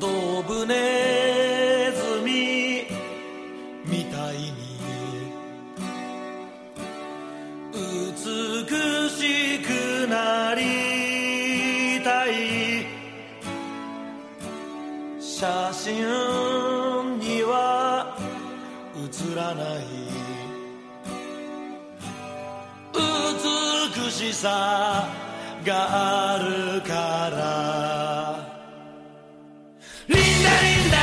コブネズミみたいに美しくなりたい写真には写らない美しさがあるからリンダリンダ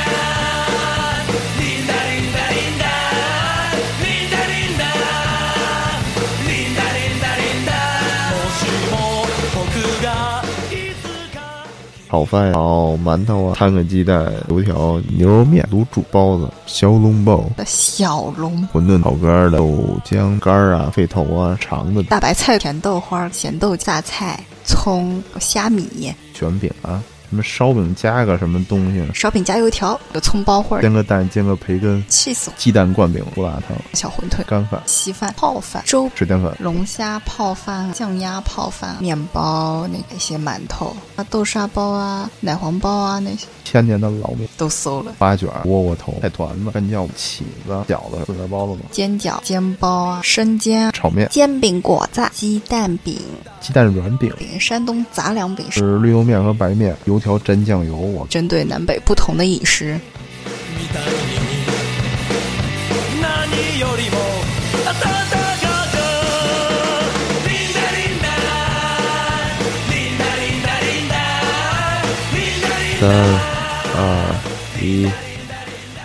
リンダリンダリンダリンダリンダリンダリンダリンダもしも僕がいつか炒饭、炒馒头啊，摊个鸡蛋、油条、牛肉面、卤煮包子、小笼包、小笼馄饨、炒肝儿的、豆浆肝儿啊、肺头啊、肠子、大白菜、甜豆花、咸豆榨菜、葱、虾米、卷饼啊，什么烧饼加个什么东西，啊烧饼加油条，有葱包或者煎个蛋、煎个培根、气死我！鸡蛋灌饼、胡辣汤、小馄饨、干饭、稀饭、泡饭、粥、水淀粉、龙虾泡饭、酱鸭泡饭、面包那那些馒头啊、豆沙包啊、奶黄包啊那些千年的老面、都搜了。八卷、窝窝头、菜团子、干饺子、起子、饺子、四合包子嘛，煎饺、煎包啊、生煎、炒面、煎饼果子、啊鸡蛋饼、鸡蛋软饼、饼山东杂粮饼是是绿油面和白面、油条蘸酱油，我针对南北不同的饮食。みたいに何よりも暖かくリンダリンダリンダリンダリンダリンダリンダ三二一。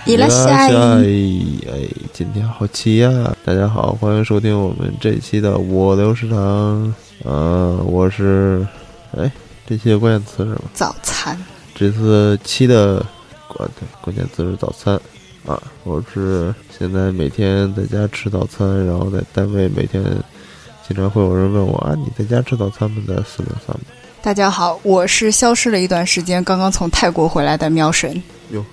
伊拉下一。一哎，今天好奇呀、大家好，欢迎收听我们这期的我流食堂。嗯、我是哎，这期的关键词是什么？早餐，这次期的呃关对关键词是早餐啊。我是现在每天在家吃早餐，然后在单位每天经常会有人问我啊，你在家吃早餐吗？在四零三吗？大家好，我是消失了一段时间，刚刚从泰国回来的喵神，哟，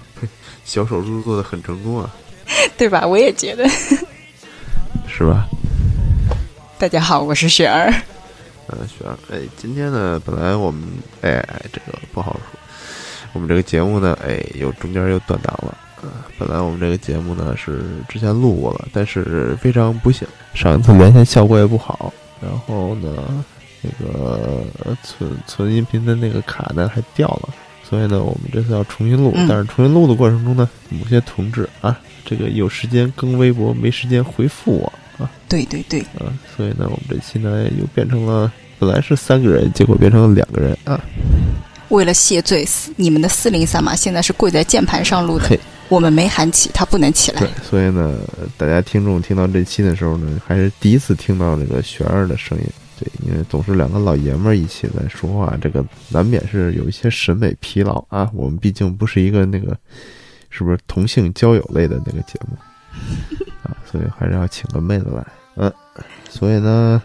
小手术做的很成功啊， 对吧？我也觉得。是吧？大家好，我是雪儿。呃，雪儿，哎，今天呢，本来我们，哎，哎这个不好说。我们这个节目呢，哎，又中间又断档了。啊，本来我们这个节目呢是之前录过了，但是非常不幸，上一次连线效果也不好，然后呢，那个呃存存音频的那个卡呢还掉了，所以呢，我们这次要重新录。嗯但是重新录的过程中呢，某些同志啊，这个有时间更微博，没时间回复我啊，对对对，啊，所以呢，我们这期呢又变成了本来是三个人，结果变成了两个人啊。为了谢罪，四你们的四零三嘛，现在是跪在键盘上录的嘿，我们没喊起，他不能起来对。，所以呢，大家听众听到这期的时候呢，还是第一次听到这个玄儿的声音。对，因为总是两个老爷们儿一起在说话，这个难免是有一些审美疲劳啊。我们毕竟不是一个那个，是不是同性交友类的那个节 目啊，所以还是要请个妹子来。嗯，所以呢，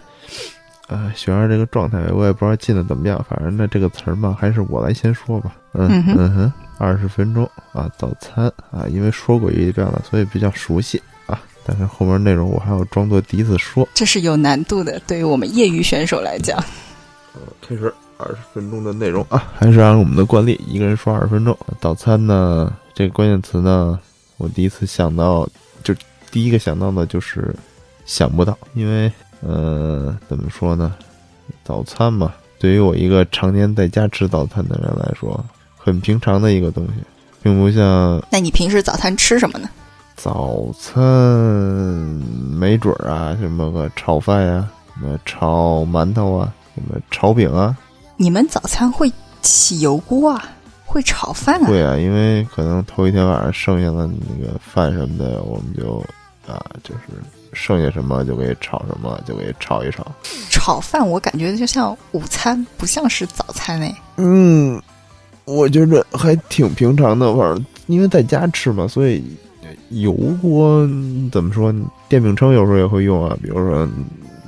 啊，玄儿这个状态我也不知道进的怎么样，反正呢这个词儿嘛，还是我来先说吧。嗯嗯哼嗯哼，二十分钟啊，早餐啊，因为说过一遍了，所以比较熟悉啊。但是后面内容我还要装作第一次说。这是有难度的，对于我们业余选手来讲，开始二十分钟的内容啊，还是按照我们的惯例，一个人说二十分钟。早餐呢，这个关键词呢，我第一次想到，就第一个想到的就是想不到，因为呃，怎么说呢，早餐嘛，对于我一个常年在家吃早餐的人来说，很平常的一个东西，并不像那你平时早餐吃什么呢？早餐没准儿啊，什么个炒饭呀、什么炒馒头啊，什么炒饼啊，你们早餐会起油锅啊，会炒饭 啊？会啊，因为可能头一天晚上剩下的那个饭什么的，我们就啊，就是剩下什么就给炒什么，就给炒一炒。炒饭我感觉就像午餐，不像是早餐哎。嗯，我觉着还挺平常的，反正因为在家吃嘛，所以油锅嗯怎么说，电饼铛有时候也会用啊，比如说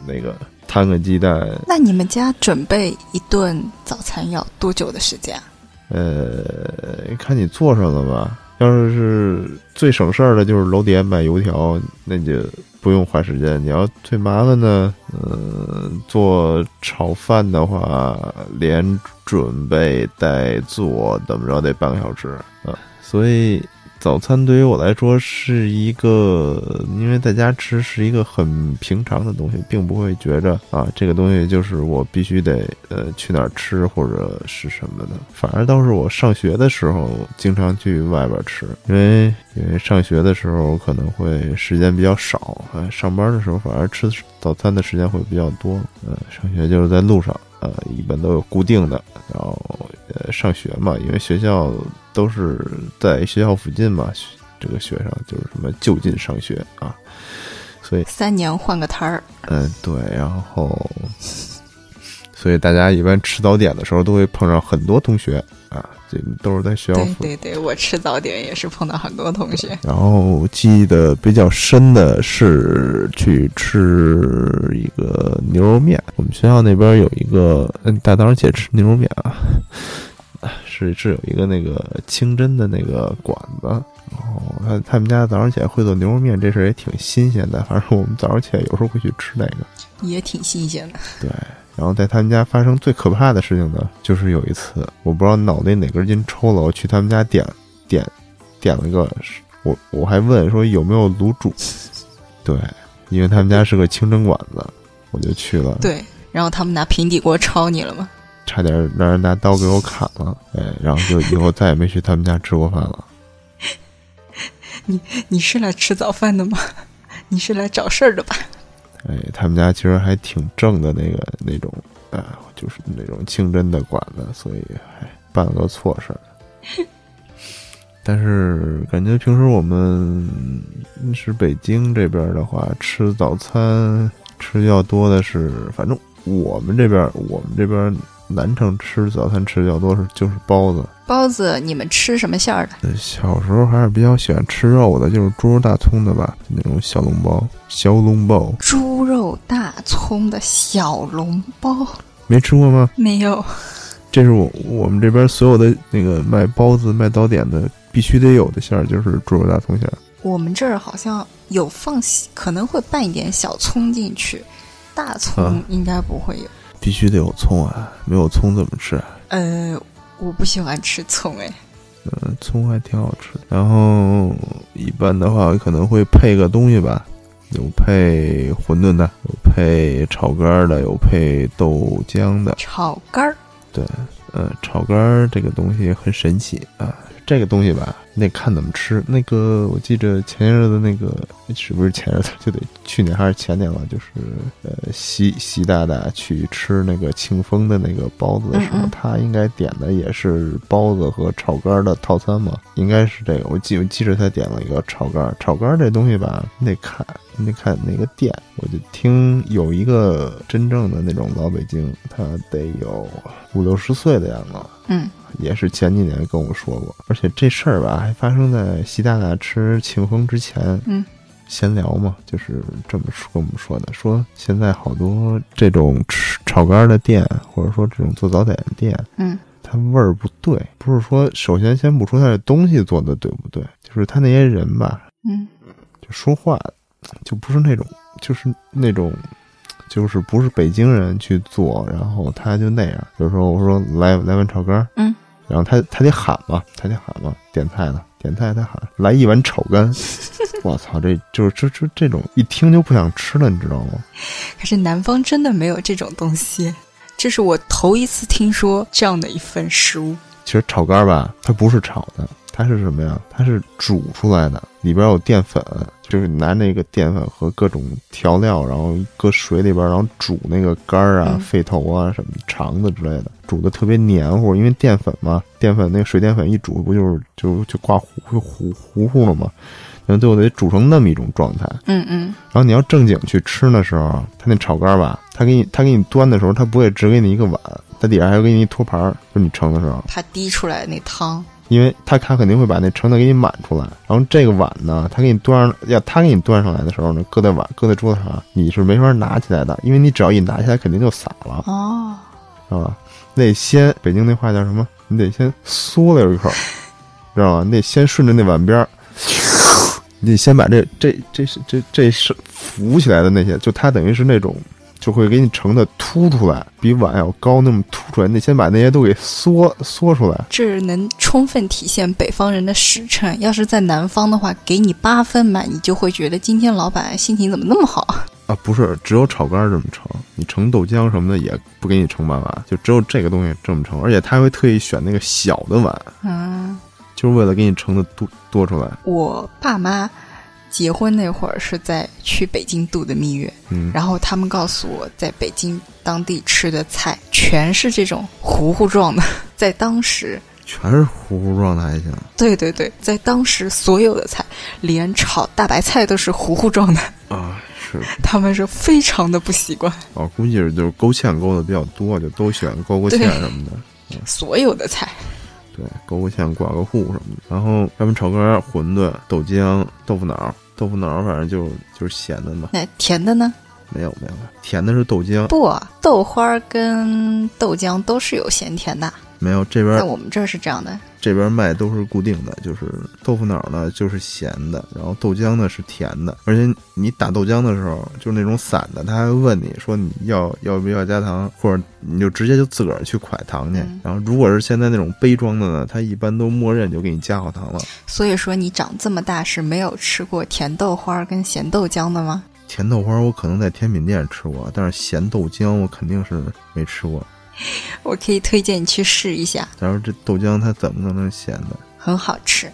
那个摊个鸡蛋，那你们家准备一顿早餐要多久的时间啊？呃，看你做什么吧。啊要是是最省事儿的，就是楼底下买油条，那就不用花时间。你要最麻烦的，呃，做炒饭的话，连准备带做怎么着得半个小时啊。所以早餐对于我来说是一个，因为在家吃是一个很平常的东西，并不会觉着啊这个东西就是我必须得呃去哪儿吃或者是什么的。反而倒是我上学的时候经常去外边吃，因为因为上学的时候可能会时间比较少，呃，上班的时候反而吃早餐的时间会比较多。呃，上学就是在路上。呃，一般都有固定的，然后呃，上学嘛，因为学校都是在学校附近嘛，学这个学生就是什么就近上学啊，所以三年换个摊儿，嗯、对，然后所以大家一般吃早点的时候都会碰上很多同学啊，这都是在学校对附对近。对，我吃早点也是碰到很多同学，然后记得比较深的是去吃一个牛肉面，我们学校那边有一个，嗯，大早上起来吃牛肉面啊， 是是有一个那个清真的那个馆子，然后他他们家早上起来会做牛肉面，这事儿也挺新鲜的，反正我们早上起来有时候会去吃那个。也挺新鲜的。然后在他们家发生最可怕的事情呢，就是有一次，我不知道脑袋哪根筋抽了，我去他们家点点点了个，我我还问说有没有卤煮，对，因为他们家是个清真馆子，我就去了，对，然后他们拿平底锅抄你了吗？差点让人拿刀给我砍了，哎，然后就以后再也没去他们家吃过饭了。你是来吃早饭的吗？你是来找事儿的吧？哎，他们家其实还挺正的那个那种，啊，就是那种清真的馆子，所以还办了个错事儿。 但是感觉平时我们嗯是北京这边儿的话，吃早餐吃要多的是，反正我们这边儿我们这边儿南城吃早餐吃的较多是就是包子。包子你们吃什么馅儿的？呃小时候还是比较喜欢吃肉的，就是猪肉大葱的吧，那种小笼包、小笼包，猪肉大葱的小笼包没吃过吗？没有？这是我我们这边所有的那个卖包子、卖早点的必须得有的馅儿，就是猪肉大葱馅儿。我们这儿好像有放小，可能会拌一点小葱进去，大葱啊应该不会有。必须得有葱啊，没有葱怎么吃啊？呃，我不喜欢吃葱哎，嗯，葱还挺好吃的。然后一般的话可能会配个东西吧，有配馄饨的，有配炒肝儿的，有配豆浆的。炒肝儿呃，炒肝儿这个东西很神奇啊，这个东西吧，你得看怎么吃。那个我记着前些日子那个是不是前日子就得去年还是前年了，就是呃习习大大去吃那个庆丰的那个包子的时候，嗯嗯他应该点的也是包子和炒肝儿的套餐嘛，应该是这个。我记我记着他点了一个炒肝儿，炒肝儿这东西吧，你得看你得看哪个店。我就听有一个真正的那种老北京，他得有五六十岁的样子了。嗯，也是前几年跟我说过，而且这事儿吧，还发生在习大大吃庆丰之前。嗯，闲聊嘛，就是这么说跟我们说的，说现在好多这种吃炒肝儿的店，或者说这种做早点的店，嗯，它味儿不对，不是说首先先不说它的东西做的对不对，就是他那些人吧，嗯，就说话就不是那种，就是那种，就是不是北京人去做，然后他就那样。比如说我说来来碗炒肝儿，嗯，然后他他得喊嘛，他得喊嘛，点菜呢，点菜他喊来一碗炒肝，我操，这就是这这这种一听就不想吃了，你知道吗？可是南方真的没有这种东西，这是我头一次听说这样的一份食物。其实炒肝儿吧，它不是炒的，它是什么呀？它是煮出来的，里边有淀粉，就是拿那个淀粉和各种调料，然后搁水里边，然后煮那个肝儿啊、嗯肺头啊、什么肠子之类的，煮的特别黏糊，因为淀粉嘛，淀粉那个水淀粉一煮，不就是就就挂糊就糊糊糊了吗？然后最后得煮成那么一种状态。嗯嗯，然后你要正经去吃的时候，他那炒肝儿吧，他给你他给你端的时候，他不会只给你一个碗，他底下还要给你一托盘儿，就你盛的时候。它滴出来的那汤，因为他他肯定会把那盛的给你满出来，然后这个碗呢，他给你端上，要他给你端上来的时候呢，搁在碗搁在桌子上，你是没法拿起来的，因为你只要一拿起来，肯定就洒了，哦，知道吧？你得先北京那话叫什么？你得先嗦溜一口，知道吧？你得先顺着那碗边儿，你得先把这这这这这这是浮起来的那些，就它等于是那种就会给你盛的凸出来，比碗要高那么凸出来。你得先把那些都给缩缩出来。这能充分体现北方人的实诚。要是在南方的话，给你八分满，你就会觉得今天老板心情怎么那么好？啊，不是，只有炒肝儿这么盛，你盛豆浆什么的也不给你盛半碗，就只有这个东西这么盛，而且他会特意选那个小的碗，嗯，就是为了给你盛的多多出来。我爸妈结婚那会儿是在去北京度的蜜月，嗯，然后他们告诉我在北京当地吃的菜全是这种糊糊状的，在当时。全是糊糊状的还行。对对对，在当时所有的菜，连炒大白菜都是糊糊状的，啊，是，他们是非常的不习惯。我估计是就是勾芡勾的比较多，就都选勾勾芡对什么的。所有的菜，对，勾勾芡、挂个糊什么的。然后他们炒肝儿、馄饨、豆浆、豆腐脑儿，豆腐脑儿反正就就是咸的嘛，那甜的呢？没有没有，甜的是豆浆，不，豆花儿跟豆浆都是有咸甜的，没有这边在儿我们这儿是这样的。这边卖都是固定的，就是豆腐脑呢就是咸的，然后豆浆呢是甜的，而且你打豆浆的时候，就是那种散的，他还会问你说你要要不要加糖，或者你就直接就自个儿去蒯糖去。嗯然后如果是现在那种杯装的呢，他一般都默认就给你加好糖了。所以说，你长这么大是没有吃过甜豆花儿跟咸豆浆的吗？甜豆花我可能在甜品店吃过，但是咸豆浆我肯定是没吃过。我可以推荐你去试一下，但是这豆浆它怎么可能是咸的？很好吃。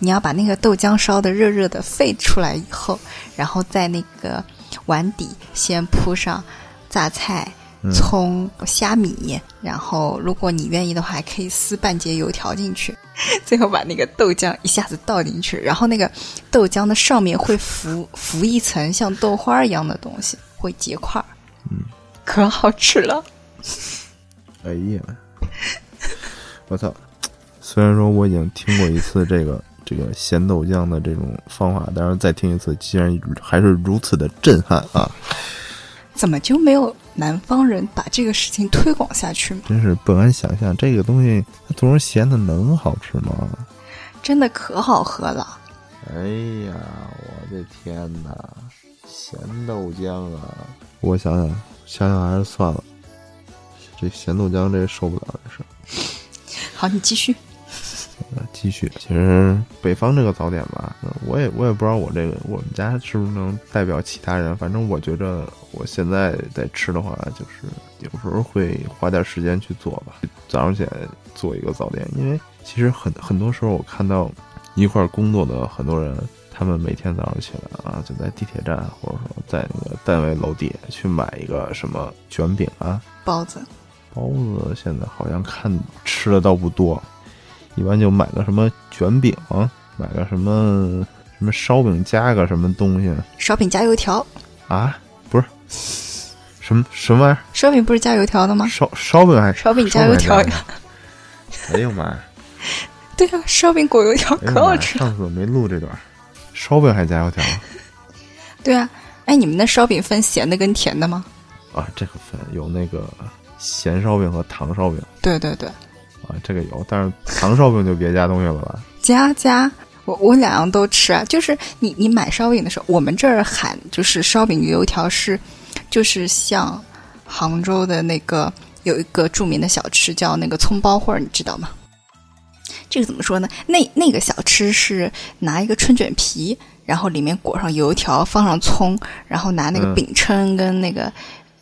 你要把那个豆浆烧的热热的沸出来以后，然后在那个碗底先铺上榨菜、嗯葱、虾米，然后如果你愿意的话，还可以撕半截油条进去， 最后把那个豆浆一下子倒进去，然后那个豆浆的上面会浮浮一层像豆花儿一样的东西，会结块儿，嗯，可好吃了。哎呀，我操！虽然说我已经听过一次这个 这个咸豆浆的这种方法，但是再听一次，竟然还是如此的震撼啊！怎么就没有南方人把这个事情推广下去呢？真是不敢想象，这个东西它做成咸的能好吃吗？真的可好喝了。哎呀，我的天哪！咸豆浆啊！我想想，想想还是算了，这咸豆浆这受不了这事儿。好，你继续。继续，其实北方这个早点吧，嗯我也我也不知道我这个我们家是不是能代表其他人，反正我觉着我现在在吃的话，就是有时候会花点时间去做吧，早上起来做一个早点，因为其实很很多时候我看到一块儿工作的很多人，他们每天早上起来啊，就在地铁站或者说在那个单位楼底下去买一个什么卷饼啊，包子，包子现在好像看吃的倒不多，一般就买个什么卷饼，买个什么什么烧饼，加个什么东西烧饼加油条，啊？不是，什么什么玩意烧饼不是加油条的吗儿？？烧烧饼还烧饼加油条呀？烧饼还哎呦妈呀！对啊，烧饼裹油条哎呦可妈好呀！吃了。上次我没录这段，烧饼还加油条对啊，哎，你们那烧饼分咸的跟甜的吗？啊？这个分有那个咸烧饼和糖烧饼对对对，啊，这个有，但是糖烧饼就别加东西了吧？加加。我我两样都吃啊，就是你你买烧饼的时候，我们这儿喊就是烧饼油条是，就是像杭州的那个有一个著名的小吃叫那个葱包烩儿，你知道吗？这个怎么说呢？那那个小吃是拿一个春卷皮，然后里面裹上油条，放上葱，然后拿那个嗯饼铛跟那个、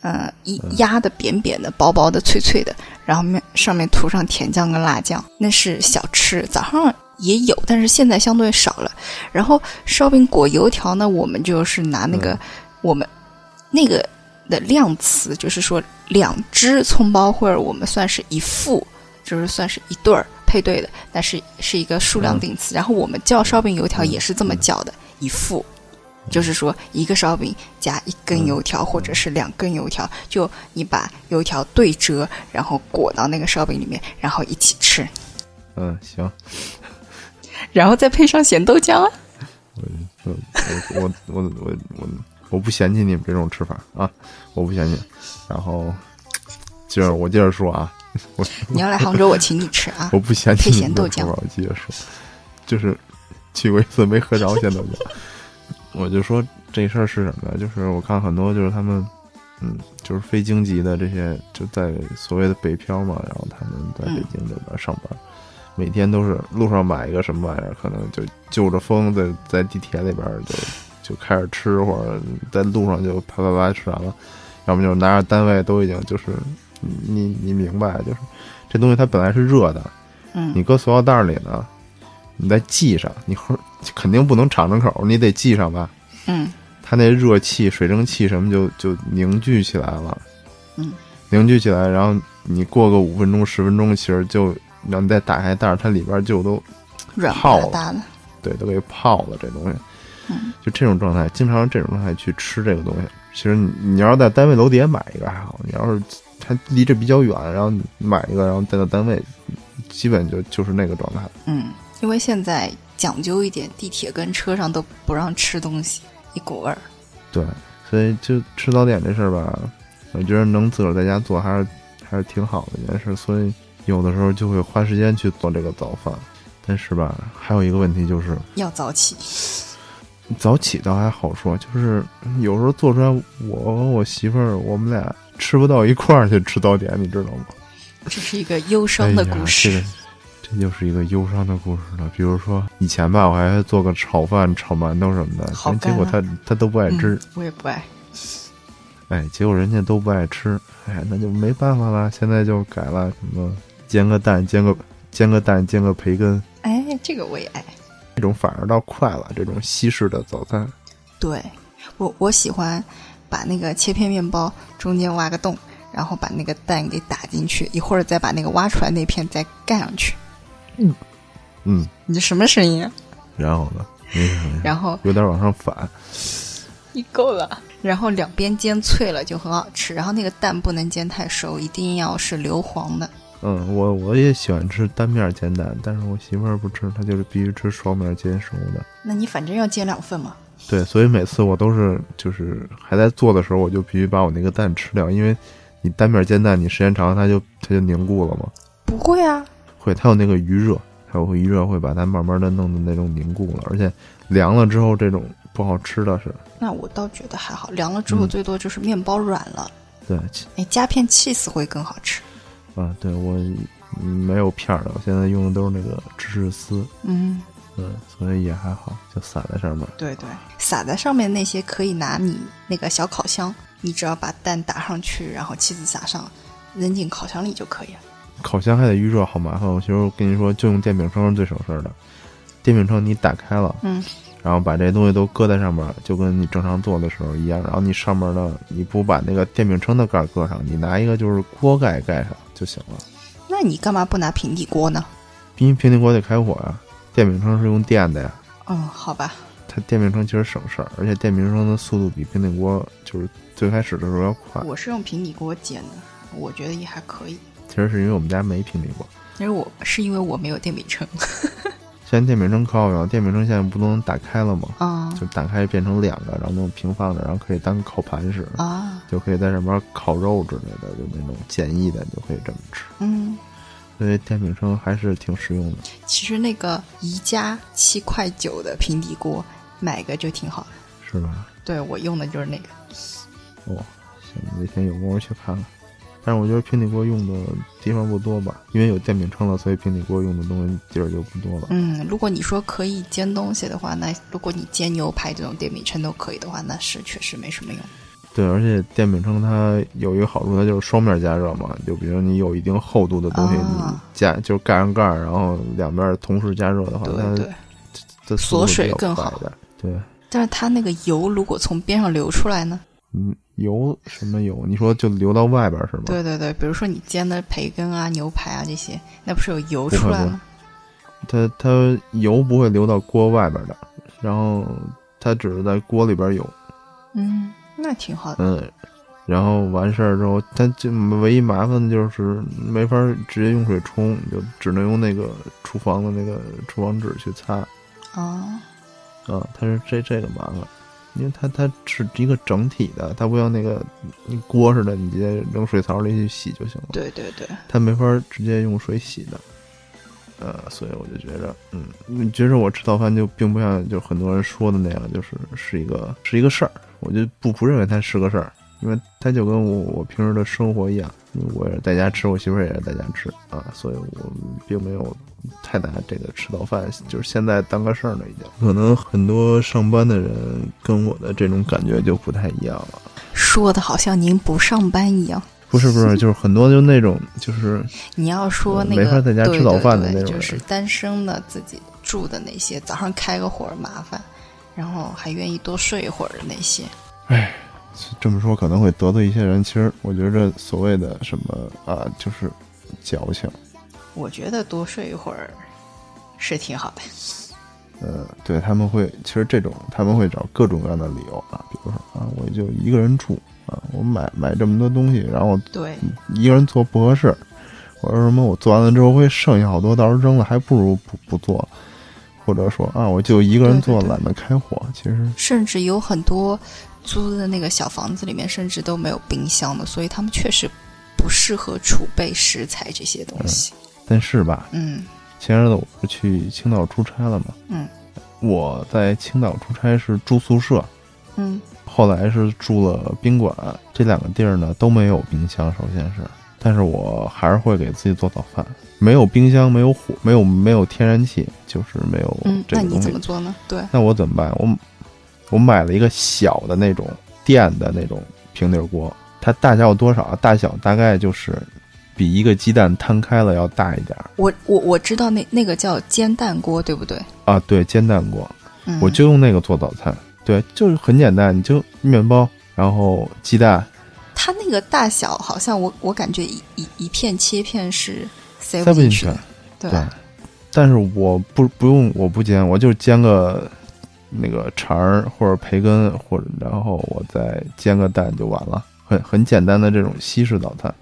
呃一压的扁扁的、薄薄的、脆脆的，然后面上面涂上甜酱跟辣酱，那是小吃。早上也有，但是现在相对少了。然后烧饼裹油条呢，我们就是拿那个、嗯我们那个的量词，就是说两只葱包烩儿，我们算是一副，就是算是一对儿配对的，但是是一个数量定词。然后我们叫烧饼油条也是这么叫的，一副。就是说，一个烧饼加一根油条，或者是两根油条，就你把油条对折，然后裹到那个烧饼里面，然后一起吃，嗯，行。然后再配上咸豆浆啊。我我我我我我我不嫌弃你们这种吃法啊，我不嫌弃。然后接着我接着说啊，我你要来杭州，我请你吃啊我。不嫌弃配你咸们豆这种吃法，我接着说，就是去过一次没 喝着咸豆浆，我就说这事儿是什么呀？就是我看很多就是他们嗯，就是非京籍的这些，就在所谓的北漂嘛，然后他们在北京这边上班，每天都是路上买一个什么玩意儿，可能就就着风在在地铁里边就就开始吃，或者在路上就啪啪啪吃完了，要么就是拿着单位都已经就是你你你明白，就是这东西它本来是热的，嗯你搁塑料袋里呢，你再系上，你喝肯定不能敞着口，你得系上吧，嗯它那热气、水蒸气什么就就凝聚起来了，嗯，凝聚起来，然后你过个五分钟、十分钟，其实就，然后你再打开袋儿，它里边就都软泡吧了嗒的，对都给泡了这东西，嗯就这种状态，经常这种状态去吃这个东西，其实你你要是在单位楼底下买一个还好，你要是它离这比较远，然后你买一个，然后带到单位，基本就就是那个状态了。嗯，因为现在讲究一点，地铁跟车上都不让吃东西，一股味儿。对，所以就吃早点这事儿吧，我觉得能自个儿在家做还是还是挺好的一件事。所以有的时候就会花时间去做这个早饭，但是吧，还有一个问题就是要早起，早起倒还好说，就是有时候做出来，我和我媳妇儿我们俩吃不到一块儿去吃早点，你知道吗？这是一个忧伤的故哎事呀。这个这就是一个忧伤的故事了。比如说以前吧，我还做个炒饭、炒馒头什么的，好啊结果干啊她她都不爱吃。嗯，我也不爱。哎，结果人家都不爱吃，哎，那就没办法啦。现在就改了，什么煎个蛋，煎个煎个蛋，煎个培根，哎，这个我也爱。这种反而倒快了。这种西式的早餐，对，我我喜欢把那个切片面包中间挖个洞，然后把那个蛋给打进去，一会儿再把那个挖出来那片再盖上去。嗯，你这什么声音、啊？然后呢，没什么呀，然后有点往上反，你够了，然后两边煎脆了就很好吃。然后那个蛋不能煎太熟，一定要是硫磺的。嗯，我我也喜欢吃单面煎蛋，但是我媳妇儿不吃，她就是必须吃双面煎熟的。那你反正要煎两份嘛。对，所以每次我都是就是还在做的时候，我就必须把我那个蛋吃掉，因为你单面煎蛋，你时间长了它就它就凝固了嘛。不会啊，会，它有那个余热，它有余热会把它慢慢的弄得那种凝固了，而且凉了之后这种不好吃的是，那我倒觉得还好。凉了之后嗯最多就是面包软了，对，其哎，加片 cheese 会更好吃。啊，对我嗯没有片儿的，我现在用的都是那个芝士丝，嗯，嗯，所以也还好，就撒在上面。对对，撒在上面那些可以拿你那个小烤箱，你只要把蛋打上去，然后 cheese 撒上，扔进烤箱里就可以了。烤箱还得预热，好麻烦。我媳妇儿跟你说，就用电饼铛是最省事儿的。电饼铛你打开了，嗯，然后把这东西都搁在上面，就跟你正常做的时候一样。然后你上面呢，你不把那个电饼铛的盖儿搁上，你拿一个就是锅盖盖上就行了。那你干嘛不拿平底锅呢？因为平底锅得开火呀、电饼铛是用电的呀。嗯，好吧，它电饼铛其实省事儿，而且电饼铛的速度比平底锅就是最开始的时候要快。我是用平底锅煎的，我觉得也还可以。其实是因为我们家没平底锅，但是我是因为我没有电饼铛现在电饼铛可好用了，电饼铛现在不都能打开了吗？啊就打开变成两个，然后那种平放的，然后可以当烤盘使，啊，就可以在上面烤肉之类的，就那种简易的，你就可以这么吃。嗯，所以电饼铛还是挺实用的。其实那个宜家七块九的平底锅，买个就挺好的。是吧？对我用的就是那个，哦，行，那天有空去看看。但是我觉得平底锅用的地方不多吧，因为有电饼铛了，所以平底锅用的东西地儿就不多了。嗯，如果你说可以煎东西的话，那如果你煎牛排这种电饼铛都可以的话，那是确实没什么用。对，而且电饼铛它有一个好处，它就是双面加热嘛。就比如你有一定厚度的东西，啊你加就是盖上盖儿，然后两边同时加热的话，它对对，它锁水速度比更较快好的。对，但是它那个油如果从边上流出来呢？嗯，油什么油？你说就流到外边儿是吗？，对对对，比如说你煎的培根啊、牛排啊这些，那不是有油不会出来不会吗？它它油不会流到锅外边儿的，然后它只是在锅里边儿有，嗯，那挺好的。嗯，然后完事儿之后，它这唯一麻烦的就是没法儿直接用水冲，你就只能用那个厨房的那个厨房纸去擦。哦，啊，它是这这个麻烦，因为它它是一个整体的，它不像那个嗯锅似的，你直接扔水槽里去洗就行了，对对对，它没法儿直接用水洗的。呃，所以我就觉着，嗯，你觉着我吃早饭就并不像就很多人说的那样，就是是一个是一个事儿，我就不不认为它是个事儿。因为它就跟我我平时的生活一样，因为我也是在家吃，我媳妇儿也是在家吃啊，所以我们并没有太拿这个吃早饭就是现在当个事儿了已经。可能很多上班的人跟我的这种感觉就不太一样了。说的好像您不上班一样。不是不 是，就是很多就那种就是你要说那嗯没个法在家吃早饭的对对那种对，人就是单身的自己住的那些，早上开个会儿麻烦，然后还愿意多睡一会儿的那些。这么说可能会得罪一些人。其实我觉着所谓的什么啊，就是矫情。我觉得多睡一会儿是挺好的。呃，对他们会，其实这种他们会找各种各样的理由啊，比如说啊，我就一个人住啊，我买买这么多东西，然后我对，一个人做不合适，我说什么我做完了之后会剩下好多，到时候扔了还不如不不做了，或者说啊，我就一个人对对做对懒得开火，其实甚至有很多租的那个小房子里面甚至都没有冰箱的，所以他们确实不适合储备食材这些东西。但是吧，嗯前日子我不是去青岛出差了嘛，嗯，我在青岛出差是住宿舍，嗯，后来是住了宾馆，这两个地儿呢都没有冰箱，首先是，但是我还是会给自己做早饭，没有冰箱，没有火，没有没有天然气，就是没有嗯，这那个你东西。怎么做呢？对，那我怎么办？我我买了一个小的那种电的那种平底锅，它大小有多少啊？大小大概就是比一个鸡蛋摊开了要大一点儿我我我知道那那个叫煎蛋锅，对不对？啊，对，煎蛋锅。嗯，我就用那个做早餐。对，就是很简单，你就面包，然后鸡蛋，它那个大小好像我我感觉一一一片切片是塞塞不不进进去去的，对对吧？。但是我不不用，我不煎，我就煎个那个肠儿或者培根，或者然后我再煎个蛋就完了，很很简单的这种西式早餐。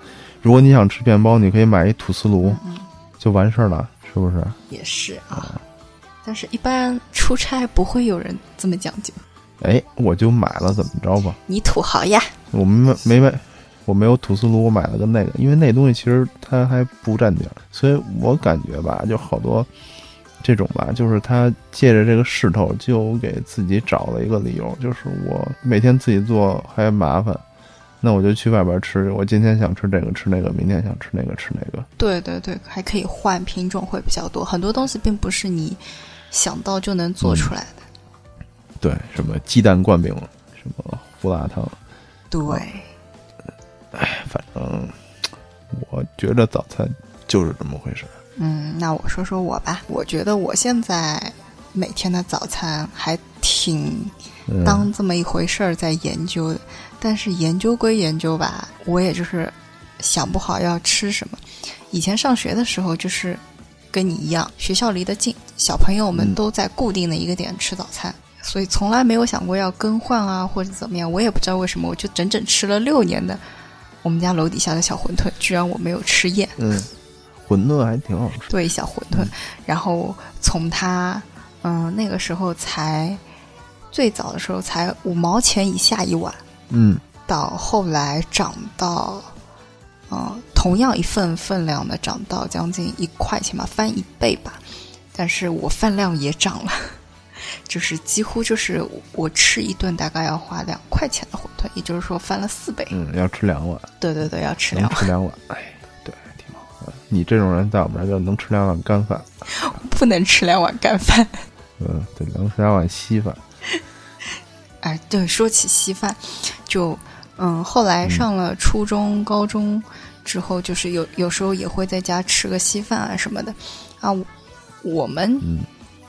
如果你想吃面包，你可以买一吐司炉嗯，嗯，就完事儿了，是不是？也是啊。但是，一般出差不会有人这么讲究。哎，我就买了，怎么着吧？你土豪呀，我没买没买，我没有吐司炉，我买了个那个，因为那东西其实它还不占地儿，所以我感觉吧，就好多这种吧，就是他借着这个势头，就给自己找了一个理由，就是我每天自己做还麻烦，那我就去外边吃，我今天想吃这个吃那个，明天想吃那个吃那个，对对对，还可以换品种会比较多，很多东西并不是你想到就能做出来的。对，什么鸡蛋灌饼，什么胡辣汤，嗯对，反正我觉得早餐就是这么回事儿。嗯，那我说说我吧，我觉得我现在每天的早餐还挺嗯、当这么一回事儿在研究的，但是研究归研究吧，我也就是想不好要吃什么。以前上学的时候，就是跟你一样，学校离得近，小朋友们嗯都在固定的一个点吃早餐，所以从来没有想过要更换啊或者怎么样。我也不知道为什么，我就整整吃了六年的我们家楼底下的小馄饨，居然我没有吃厌。嗯，馄饨还挺好吃。对小馄饨嗯，然后从它，嗯，那个时候才最早的时候才五毛钱以下一碗，嗯到后来涨到，嗯，同样一份分量的涨到将近一块钱吧，翻一倍吧，但是我饭量也涨了， 就是几乎就是我我吃一顿大概要花两块钱的馄饨，也就是说翻了四倍。嗯，要吃两碗，对对对，要吃两能 碗，吃两碗， 哎，对，挺好。你这种人在我们这儿就能吃两碗干饭，不能吃两碗干饭。嗯，对，能吃两碗稀饭。哎，对，说起稀饭，就嗯，后来上了初中、高中之后，就是有有时候也会在家吃个稀饭啊什么的啊。我我们嗯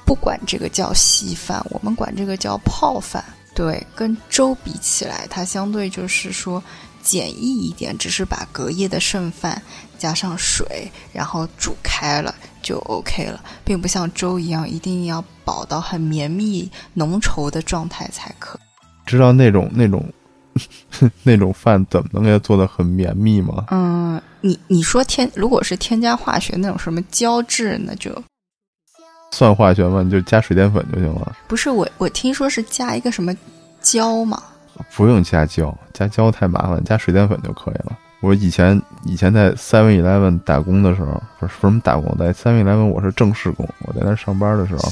不管这个叫稀饭，我们管这个叫泡饭。对，跟粥比起来，它相对就是说简易一点，只是把隔夜的剩饭加上水，然后煮开了就 OK 了，并不像粥一样一定要煲到很绵密浓稠的状态才可以知道那种 那种那种饭怎么能给它做的很绵密吗？嗯，你你说添，如果是添加化学那种什么胶质，那就算化学吗？你就加水淀粉就行了，不是我我听说是加一个什么胶嘛，不用加胶，加胶太麻烦，加水淀粉就可以了。我以前以前在 Seven Eleven 打工的时候，不是不是什么打工，在 Seven Eleven 我是正式工，我在那儿上班的时候，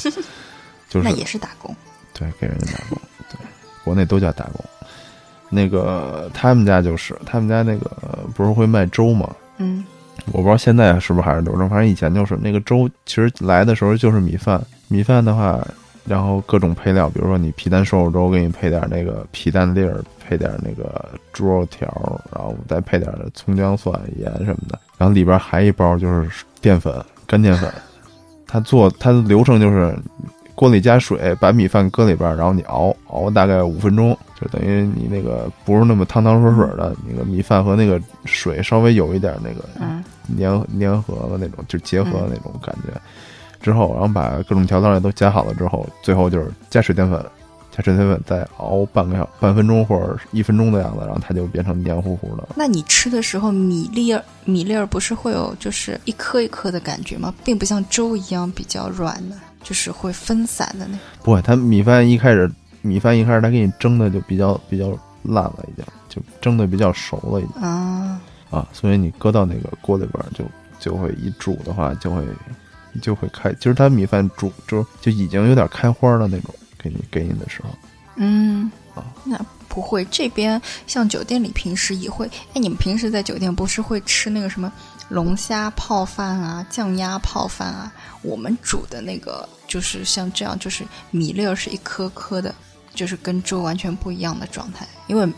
就是那也是打工。对，给人家打工，对，国内都叫打工。那个呃他们家就是，他们家那个呃不是会卖粥吗？嗯我不知道现在是不是还是留着，反正以前就是那个粥，其实来的时候就是米饭，米饭的话，然后各种配料，比如说你皮蛋瘦肉粥，给你配点那个皮蛋粒儿，配点那个猪肉条，然后再配点葱姜蒜盐什么的，然后里边还一包就是淀粉，干淀粉。它做它的流程就是锅里加水，把米饭搁里边儿，然后你熬熬大概五分钟，就等于你那个不是那么汤汤水水的，那个米饭和那个水稍微有一点那个嗯粘粘合了那种，就结合的那种感觉。之后，然后把各种调料都加好了之后，最后就是加水淀粉，加水淀粉再熬半个小半分钟或者一分钟的样子，然后它就变成黏糊糊的了。那你吃的时候，米粒儿米粒儿不是会有就是一颗一颗的感觉吗？并不像粥一样比较软的，就是会分散的那种。不会，它米饭一开始米饭一开始它给你蒸的就比较比较烂了，已经就蒸的比较熟了已经啊，啊，所以你搁到那个锅里边儿就就会一煮的话就会就会开，其实它米饭煮就就已经有点开花了那种，给你给你的时候。嗯啊，那不会。这边像酒店里平时也会，哎，你们平时在酒店不是会吃那个什么龙虾泡饭啊、酱鸭泡饭啊？我们煮的那个就是像这样，就是米粒儿是一颗颗的，就是跟粥完全不一样的状态，因为。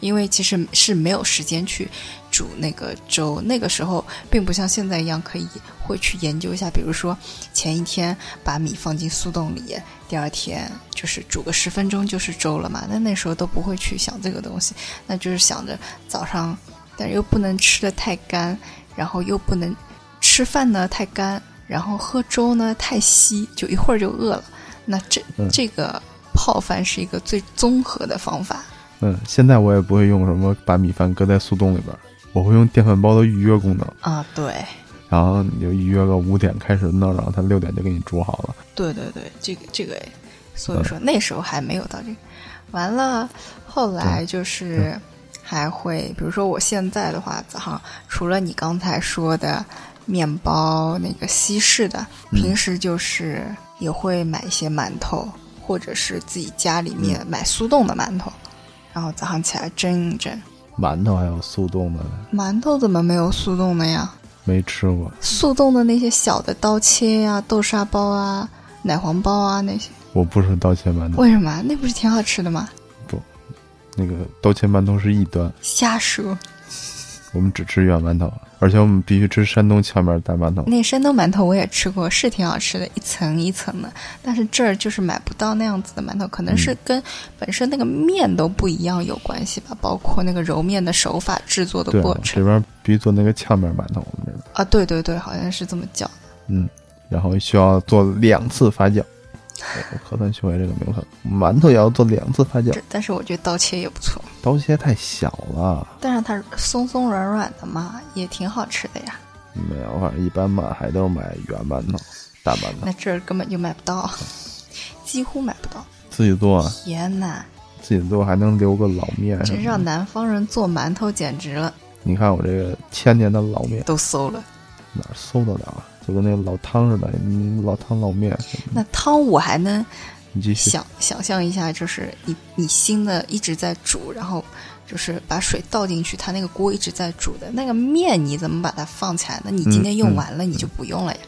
因为其实是没有时间去煮那个粥，那个时候并不像现在一样可以会去研究一下，比如说前一天把米放进速冻里，第二天就是煮个十分钟就是粥了嘛。那那时候都不会去想这个东西，那就是想着早上，但又不能吃的太干，然后又不能吃饭呢太干，然后喝粥呢太稀，就一会儿就饿了。那这、嗯这个泡饭是一个最综合的方法。嗯，现在我也不会用什么把米饭搁在速冻里边儿，我会用电饭煲的预约功能，啊，对，然后你就预约个五点开始弄，然后它六点就给你煮好了。对对对，这个这个哎，所以说那时候还没有到这个。完了，后来就是还会，比如说我现在的话，早上除了你刚才说的面包那个西式的，平时就是也会买一些馒头，或者是自己家里面买速冻的馒头，然后早上起来蒸一蒸。馒头还有速冻的呢馒头怎么没有速冻的呀？没吃过，速冻的那些小的刀切呀、豆沙包啊、奶黄包啊那些。我不吃刀切馒头，为什么？那不是挺好吃的吗？那个刀切馒头是异端，瞎说，我们只吃圆馒头，而且我们必须吃山东荞面大馒头。那山东馒头我也吃过，是挺好吃的，一层一层的。但是这儿就是买不到那样子的馒头，可能是跟本身那个面都不一样有关系吧，包括那个揉面的手法、制作的对啊过，这程边必须做那个荞面馒头，我们这边，啊，对对对，好像是这么叫。嗯，然后需要做两次发酵。我可算学会这个名词，馒头也要做两次发酵这，但是我觉得刀切也不错，刀切太小了。但是它松松软软的嘛，也挺好吃的呀。没有，反正一般买还都是买圆馒头、大馒头，那这儿根本就买不到， 几乎买不到。自己做，啊天哪，自己做还能留个老面什么真的。让南方人做馒头简直了，你看我这个千年的老面，都馊了。哪儿搜得了啊？就跟那个老汤似的，你老汤老面。那汤我还能你继续，想想象一下，就是你你新的一直在煮，然后就是把水倒进去，它那个锅一直在煮的那个面，你怎么把它放起来呢？你嗯今天用完了，你就不用了呀。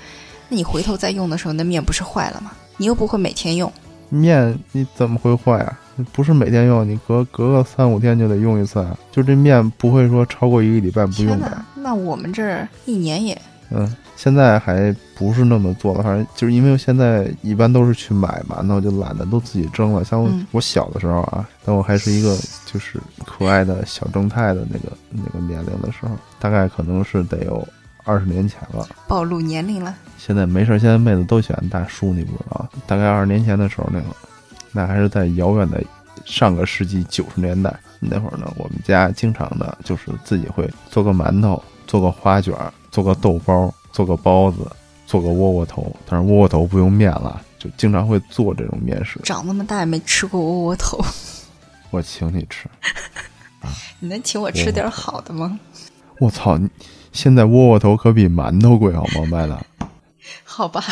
那你回头再用的时候，那面不是坏了吗？你又不会每天用，面你怎么会坏啊？不是每天用，你隔隔个三五天就得用一次啊。就这面不会说超过一个礼拜不用天的。哪！那我们这儿一年也嗯，现在还不是那么做了，反正就是因为现在一般都是去买馒头，就懒得都自己蒸了。像我,、嗯我小的时候啊，当我还是一个就是可爱的小正太的那个那个年龄的时候，大概可能是得有二十年前了。暴露年龄了。现在没事儿，现在妹子都喜欢大叔，你不知道？大概二十年前的时候那会儿，那还是在遥远的上个世纪九十年代那会儿呢，我们家经常的就是自己会做个馒头，做个花卷儿，做个豆包，做个包子，做个窝窝头。但是窝窝头不用面了，就经常会做这种面食。长那么大也没吃过窝窝头，我请你吃，你能请我吃点好的吗？我操！你现在窝窝头可比馒头贵好吗？卖的。好吧，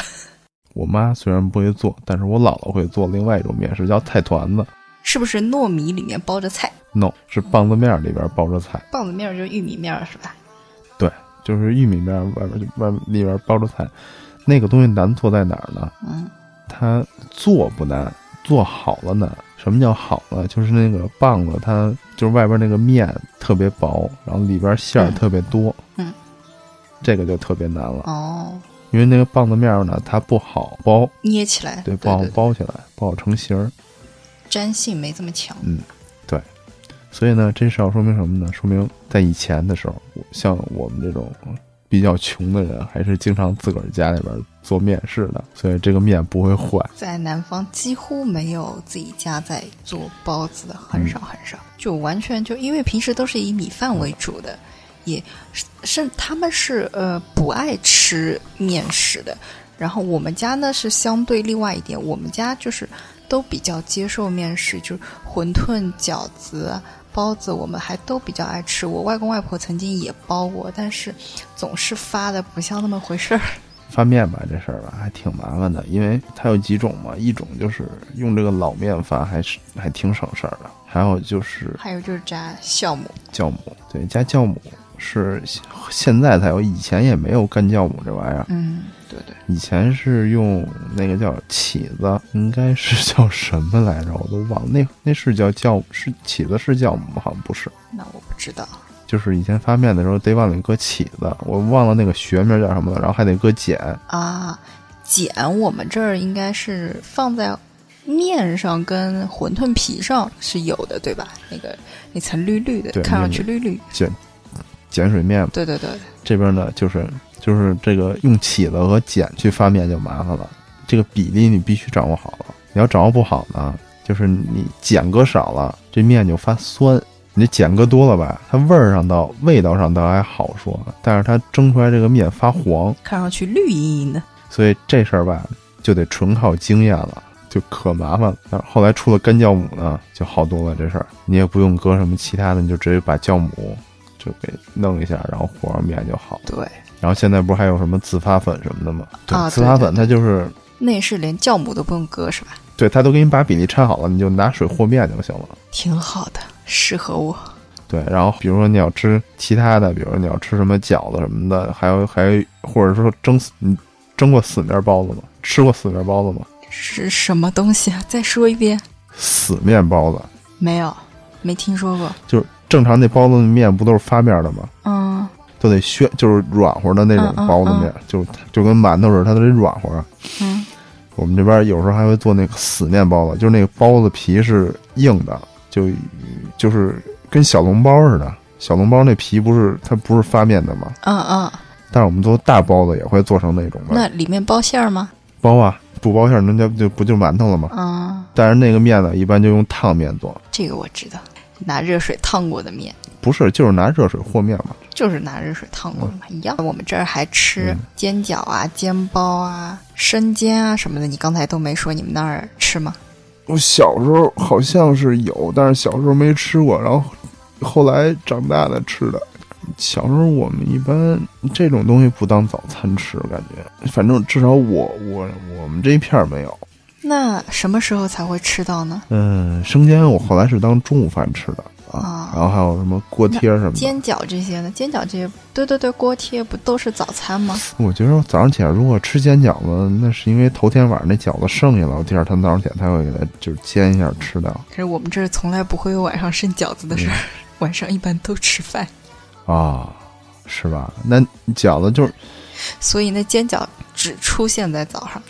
我妈虽然不会做，但是我姥姥会做另外一种面食，叫菜团子。是不是糯米里面包着菜？ no 是棒子面儿里边包着菜，棒子面儿就是玉米面儿是吧？就是玉米面儿外边就外面里边包着菜。那个东西难做在哪儿呢？嗯，它做不难，做好了难。什么叫好呢？就是那个棒子，它就是外边那个面特别薄，然后里边馅儿嗯特别多。嗯这个就特别难了，哦，因为那个棒子面儿呢，它不好包，捏起来，对，对不好对对包起来，不好成型儿。粘性没这么强。所以呢，这事儿说明什么呢？说明在以前的时候，我像我们这种比较穷的人，还是经常自个儿家里边做面食的，所以这个面不会坏。在南方几乎没有自己家在做包子的，很少很少，就完全就因为平时都是以米饭为主的，也是是他们是呃不爱吃面食的。然后我们家呢是相对另外一点，我们家就是都比较接受面食，就是馄饨、饺子、包子，我们还都比较爱吃。我外公外婆曾经也包过，但是总是发的不像那么回事儿。发面吧，这事儿吧还挺麻烦的，因为它有几种嘛，一种就是用这个老面发，还是还挺省事儿的；还有就是还有就是炸酵母，酵母，对，加酵母是现现在才有，以前也没有干酵母这玩意儿，嗯，对对。以前是用那个叫起子，应该是叫什么来着，我都忘了。那那是叫酵是起子是酵母吗？好像不是，那我不知道，就是以前发面的时候得往里搁起子，我忘了那个学名叫什么了，然后还得搁碱。啊，碱我们这儿应该是放在面上跟馄饨皮上是有的，对吧？那个那层绿绿的对，看上那去绿绿。碱水面嘛对对对，对这边呢，就是就是这个用起子和碱去发面就麻烦了，这个比例你必须掌握好了。你要掌握不好呢，就是你碱搁少了，这面就发酸；你碱搁多了吧，它味儿上倒味道上倒还好说，但是它蒸出来这个面发黄，看上去绿莹莹的。所以这事儿吧就得纯靠经验了。就可麻烦了，但是后来出了干酵母呢，就好多了。这事儿你也不用搁什么其他的，你就直接把酵母就给弄一下，然后和上面就好了。对，然后现在不是还有什么自发粉什么的吗？对，啊对自发粉它就是那是连酵母都不用搁是吧？对它都给你把比例掺好了，你就拿水和面就行了。挺好的，适合我。对，然后比如说你要吃其他的，比如说你要吃什么饺子什么的，还有还有或者说蒸死你蒸过死面包子吗？吃过死面包子吗？是什么东西啊？再说一遍。死面包子没有，没听说过。就是正常那包子面不都是发面的吗？嗯，都得削，就是软和的那种嗯嗯包子面，就就跟馒头似的，它都得软和。啊嗯，我们这边有时候还会做那个死面包子，就是那个包子皮是硬的，就就是跟小笼包似的。小笼包那皮不是它不是发面的嘛，嗯嗯，但是我们做大包子也会做成那种的那里面包馅儿吗？包啊，不包馅儿那叫就不就馒头了吗？嗯，但是那个面呢，一般就用烫面做，这个我知道，拿热水烫过的面。不是就是拿热水和面嘛。就是拿热水烫过的嘛，一样。我们这儿还吃嗯煎饺啊、煎包啊、生煎啊什么的，你刚才都没说，你们那儿吃吗？我小时候好像是有，但是小时候没吃过，然后后来长大了吃的。小时候我们一般这种东西不当早餐吃，感觉反正至少我我我们这一片儿没有。那什么时候才会吃到呢？嗯，生煎我后来是当中午饭吃的啊哦，然后还有什么锅贴什么的。煎饺这些呢？煎饺这些，对对对，锅贴不都是早餐吗？我觉得早上起来如果吃煎饺子，那是因为头天晚上那饺子剩下了，第二天早上起来才会给它就是煎一下吃掉。可是我们这儿从来不会有晚上剩饺子的事儿，晚上一般都吃饭，啊，是吧？那饺子就是所以那煎饺只出现在早上。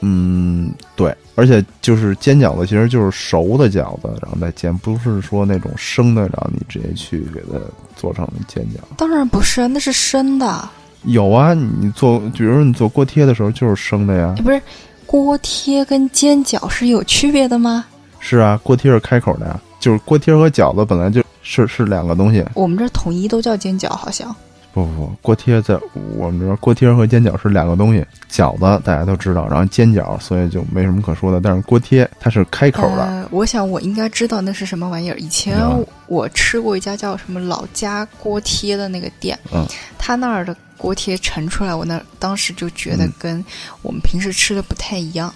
嗯，对，而且就是煎饺子，其实就是熟的饺子，然后再煎，不是说那种生的，然后你直接去给它做成煎饺。当然不是，啊那是生的，有啊，你做，比如说你做锅贴的时候就是生的呀哎，。不是锅贴跟煎饺是有区别的吗？是啊，锅贴是开口的呀，就是锅贴和饺子本来就是是两个东西。我们这儿统一都叫煎饺，好像。不不不，锅贴在我们这边，锅贴和煎饺是两个东西。饺子大家都知道，然后煎饺，所以就没什么可说的。但是锅贴它是开口的，呃。我想我应该知道那是什么玩意儿。以前嗯我吃过一家叫什么老家锅贴的那个店，嗯，他那儿的锅贴盛出来，我那当时就觉得嗯跟我们平时吃的不太一样。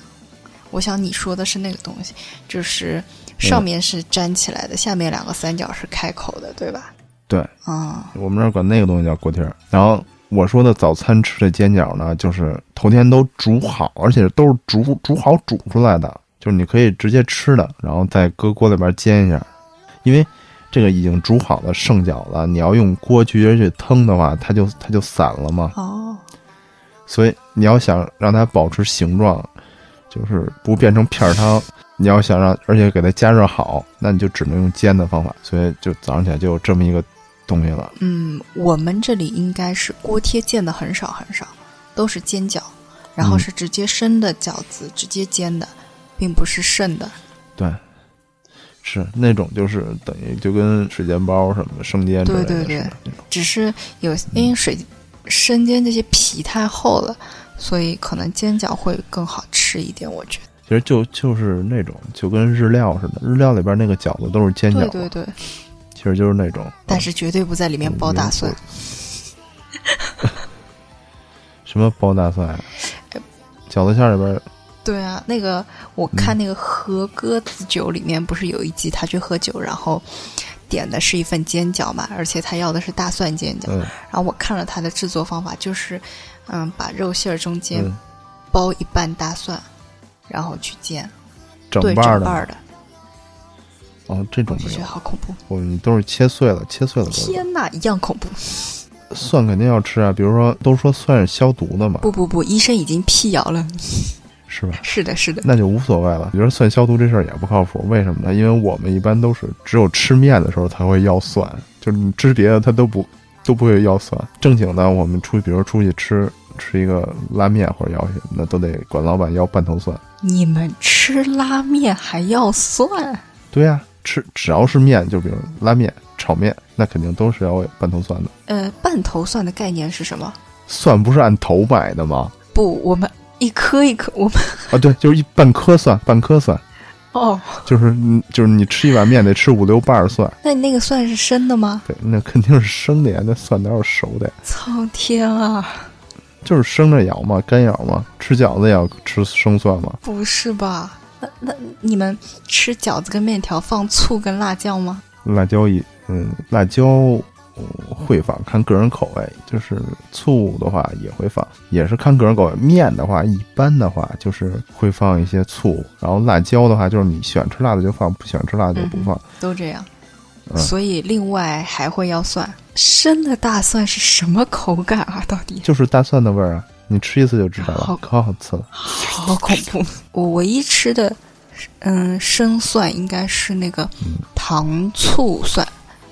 我想你说的是那个东西，就是嗯上面是粘起来的，下面两个三角是开口的，对吧？对，啊、我们那儿管那个东西叫锅贴儿。然后我说的早餐吃的煎饺呢，就是头天都煮好，而且都是煮煮好煮出来的，就是你可以直接吃的，然后再搁锅里边煎一下。因为这个已经煮好的剩饺子，你要用锅直接去腾的话，它就它就散了嘛。哦，所以你要想让它保持形状，就是不变成片儿汤，你要想让而且给它加热好，那你就只能用煎的方法。所以就早上起来就有这么一个东西了。嗯，我们这里应该是锅贴见的很少很少，都是煎饺，然嗯后是直接生的饺子，直接煎的，并不是剩的。对，是那种就是等于就跟水煎包什么的生煎之类的对对是吧那种只是有嗯因为水生煎这些皮太厚了，所以可能煎饺会更好吃一点，我觉得。其实就就是那种就跟日料似的，日料里边那个饺子都是煎饺对嘛，对对，其实就是那种。啊但是绝对不在里面包大蒜嗯。什么包大蒜啊、呃饺子馅儿里边对啊，那个我看嗯那个和鸽子酒里面不是有一集他去喝酒，然后点的是一份煎饺嘛，而且他要的是大蒜煎饺。嗯然后我看了他的制作方法，就是嗯，把肉馅儿中间嗯包一半大蒜，然后去煎，整对，瓣儿的正瓣嘛儿的，哦，这我种就没觉有得，好恐怖。我们都是切碎了，切碎了都有。天哪，一样恐怖！蒜肯定要吃啊，比如说都说蒜是消毒的嘛，不不不，医生已经辟谣了。是吧？是的，是的，那就无所谓了。比如说蒜消毒这事儿也不靠谱，为什么呢？因为我们一般都是只有吃面的时候才会要蒜，就是你吃别的它都不都不会要蒜。正经的，我们出去，比如出去吃吃一个拉面或者要什么的，都得管老板要半头蒜。你们吃拉面还要蒜？对呀、吃只要是面，就比如拉面、炒面，那肯定都是要有半头蒜的。呃，半头蒜的概念是什么？蒜不是按头买的吗？不，我们一颗一颗，我们啊，对，就是一半颗蒜，半颗蒜，哦，就是你就是你吃一碗面得吃五六瓣儿蒜。那你那个蒜是生的吗？对，那肯定是生的呀，那蒜哪有熟的呀？苍天啊，就是生着咬嘛，干咬嘛，吃饺子也要吃生蒜嘛。不是吧？那那你们吃饺子跟面条放醋跟辣酱吗？辣椒也，嗯，辣椒嗯会放，看个人口味。就是醋的话也会放，也是看个人口味。面的话，一般的话就是会放一些醋，然后辣椒的话就是你喜欢吃辣的就放，不喜欢吃辣的就不放。都这样，嗯所以另外还会要蒜。生的大蒜是什么口感啊？到底就是大蒜的味儿啊，你吃一次就知道好了，可好吃了。好恐怖！我唯一吃的，嗯，生蒜应该是那个嗯糖醋蒜，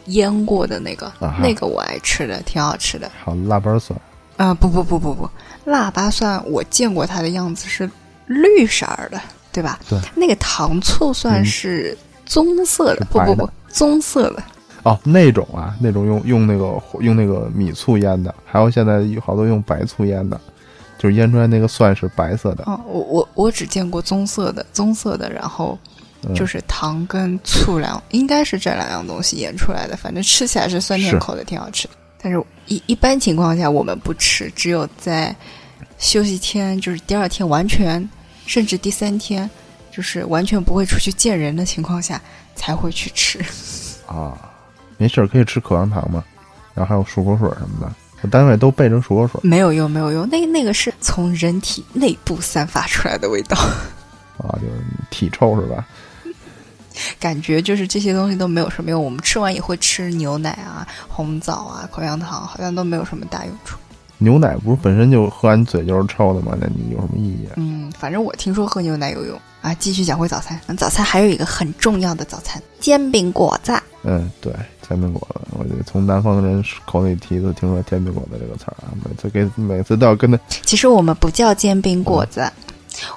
腌过的那个，啊哈那个我爱吃的，挺好吃的。还有腊八蒜，啊、不不不不不，腊八蒜我见过它的样子是绿色儿的，对吧？对。那个糖醋蒜嗯是棕色是的，不白不的不，棕色的。哦，那种啊，那种用用那个用那个米醋腌的，还有现在有好多用白醋腌的，就是腌出来那个蒜是白色的。嗯，我我我只见过棕色的，棕色的，然后嗯就是糖跟醋两，应该是这两样东西腌出来的，反正吃起来是酸甜是口的，挺好吃。但是一一般情况下我们不吃，只有在休息天，就是第二天完全，甚至第三天，就是完全不会出去见人的情况下才会去吃。啊，没事儿可以吃口香糖嘛，然后还有漱口水什么的，我单位都备着漱口水没有用，没有用，那那个是从人体内部散发出来的味道， 啊，就是体臭是吧？感觉就是这些东西都没有什么用。我们吃完也会吃牛奶啊、红枣啊、口香糖，好像都没有什么大用处。牛奶不是本身就喝完嘴就是臭的吗？那你有什么意义啊？嗯，反正我听说喝牛奶有用啊。继续讲回早餐，嗯早餐还有一个很重要的早餐——煎饼果子。嗯，对，煎饼果子，我就从南方人口里第一次听说煎饼果子这个词儿啊，每次给每次都要跟他其实我们不叫煎饼果子，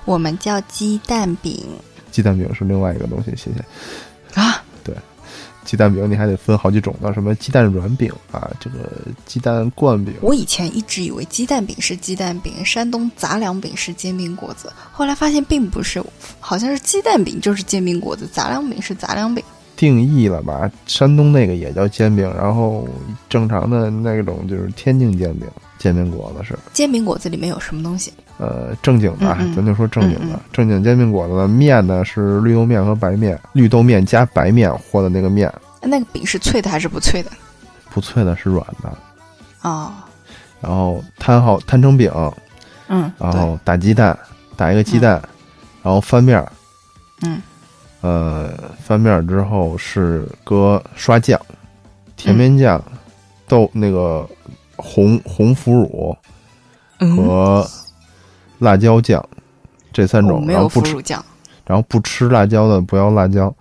我们叫鸡蛋饼鸡蛋饼是另外一个东西，谢谢。啊。鸡蛋饼你还得分好几种呢，什么鸡蛋软饼啊，这个鸡蛋灌饼，我以前一直以为鸡蛋饼是鸡蛋饼，山东杂粮饼是煎饼果子，后来发现并不是，好像是鸡蛋饼就是煎饼果子，杂粮饼是杂粮饼。定义了吧？山东那个也叫煎饼，然后正常的那种就是天津煎饼，煎饼果子是煎饼果子里面有什么东西？呃正经的啊嗯嗯，咱就说正经嗯的，正经煎饼果子的面呢是绿豆面和白面，绿豆面加白面和的那个面，那个饼是脆的还是不脆的？不脆的是软的，哦，然后摊好摊成饼，嗯，然对，后打鸡蛋，打一个鸡蛋，然后翻面儿，嗯呃，翻面儿之后是搁刷酱，甜面酱、豆那个红红腐乳嗯，和辣椒酱、这三我种，哦没然后有腐不吃乳酱，然后不吃辣椒的不要辣椒，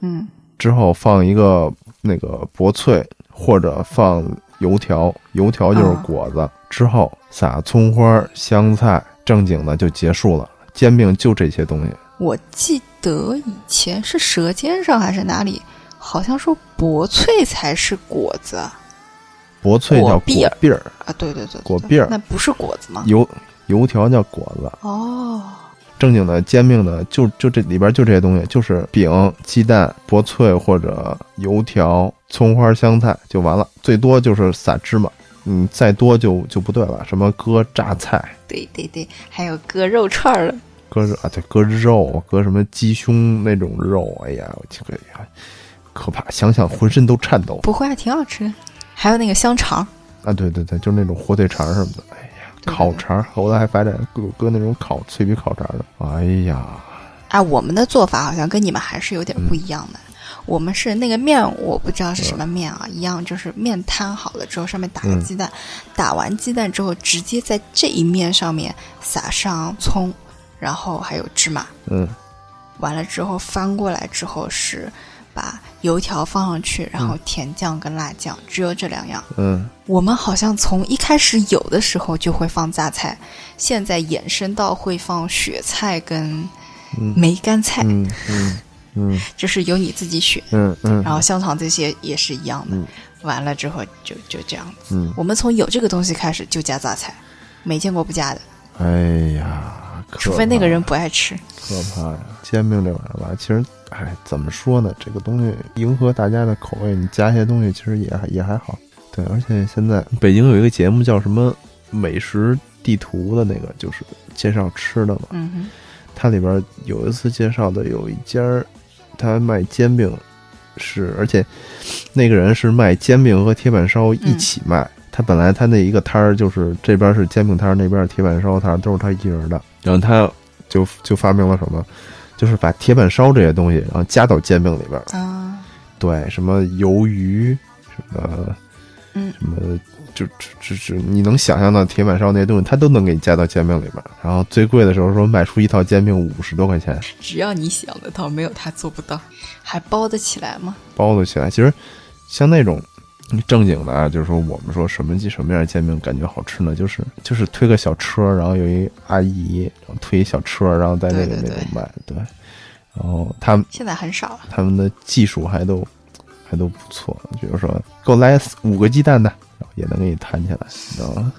嗯之后放一个那个薄脆或者放油条，油条就是果子，之后撒葱花、香菜，正经的就结束了。煎饼就这些东西，我记得以前是《舌尖上》还是哪里，好像说薄脆才是果子啊！薄脆叫果篦果儿篦儿，对对对对，果篦儿那不是果子吗？油油条叫果子，哦，正经的煎饼的就就这里边就这些东西，就是饼、鸡蛋、薄脆或者油条、葱花、香菜就完了，最多就是撒芝麻，嗯，再多就就不对了，什么搁榨菜。对对对，还有割肉串儿了，搁肉啊，对，搁肉，搁什么鸡胸那种肉，哎呀，我这个呀，可怕，想想浑身都颤抖不会啊，挺好吃的。还有那个香肠，啊！对对对，就是那种火腿肠什么的，哎呀，对对烤肠，后来还发展搁搁那种烤脆皮烤肠的，哎呀，哎，我们的做法好像跟你们还是有嗯点不一样的。我们是那个面，我不知道是什么面啊，一样就是面摊好了之后，上面打个嗯鸡蛋，打完鸡蛋之后，直接在这一面上面撒上葱，然后还有芝麻，嗯，完了之后翻过来之后是把油条放上去，然后甜酱跟辣酱，只有这两样。嗯，我们好像从一开始有的时候就会放榨菜，现在衍生到会放雪菜跟嗯梅干菜，嗯嗯嗯就是由你自己选。嗯嗯，然后香肠这些也是一样的，嗯完了之后就就这样子。嗯我们从有这个东西开始就加榨菜，没见过不加的，哎呀，可除非那个怕人不爱吃。可怕呀！煎饼这玩意儿吧，其实，哎，怎么说呢？这个东西迎合大家的口味，你加一些东西，其实也还也还好。对，而且现在北京有一个节目叫什么《美食地图》的那个，就是介绍吃的嘛。嗯哼，它里边有一次介绍的有一家儿，他卖煎饼，是而且那个人是卖煎饼和铁板烧一起卖。他本来他那一个摊儿就是这边是煎饼摊儿，那边是铁板烧摊儿，都是他一人的。然后他就就发明了什么，就是把铁板烧这些东西，然后加到煎饼里边儿。啊，对，什么鱿鱼，什么嗯什么，就就就就你能想象到铁板烧那些东西，它都能给你加到煎饼里边儿。然后最贵的时候说卖出一套煎饼五十多块钱，只要你想得到，没有他做不到，还包得起来吗？包了起来。其实像那种正经的啊，就是说我们说什么什么样的煎饼感觉好吃呢？就是就是推个小车，然后有一阿姨，然后推一小车，然后在那个对对那个对卖，对。然后他们现在很少啊了。他们的技术还都还都不错，比如说给我来五个鸡蛋的，然后也能给你弹起来，你知道吗？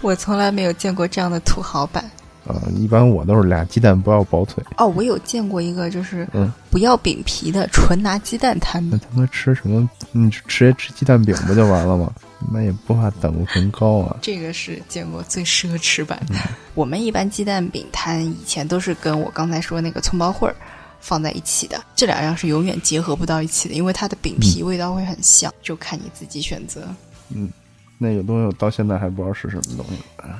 我从来没有见过这样的土豪版。啊、一般我都是俩鸡蛋不要薄脆，哦，我有见过一个，就是嗯不要饼皮的，纯拿鸡蛋摊那的。他妈吃什么？你就直接吃鸡蛋饼不就完了吗？那也不怕胆固醇高啊？这个是见过最奢侈版的。我们一般鸡蛋饼摊以前都是跟我刚才说那个葱包烩儿放在一起的，这两样是永远结合不到一起的，因为它的饼皮味道会很像，就看你自己选择。那个东西我到现在还不知道是什么东西。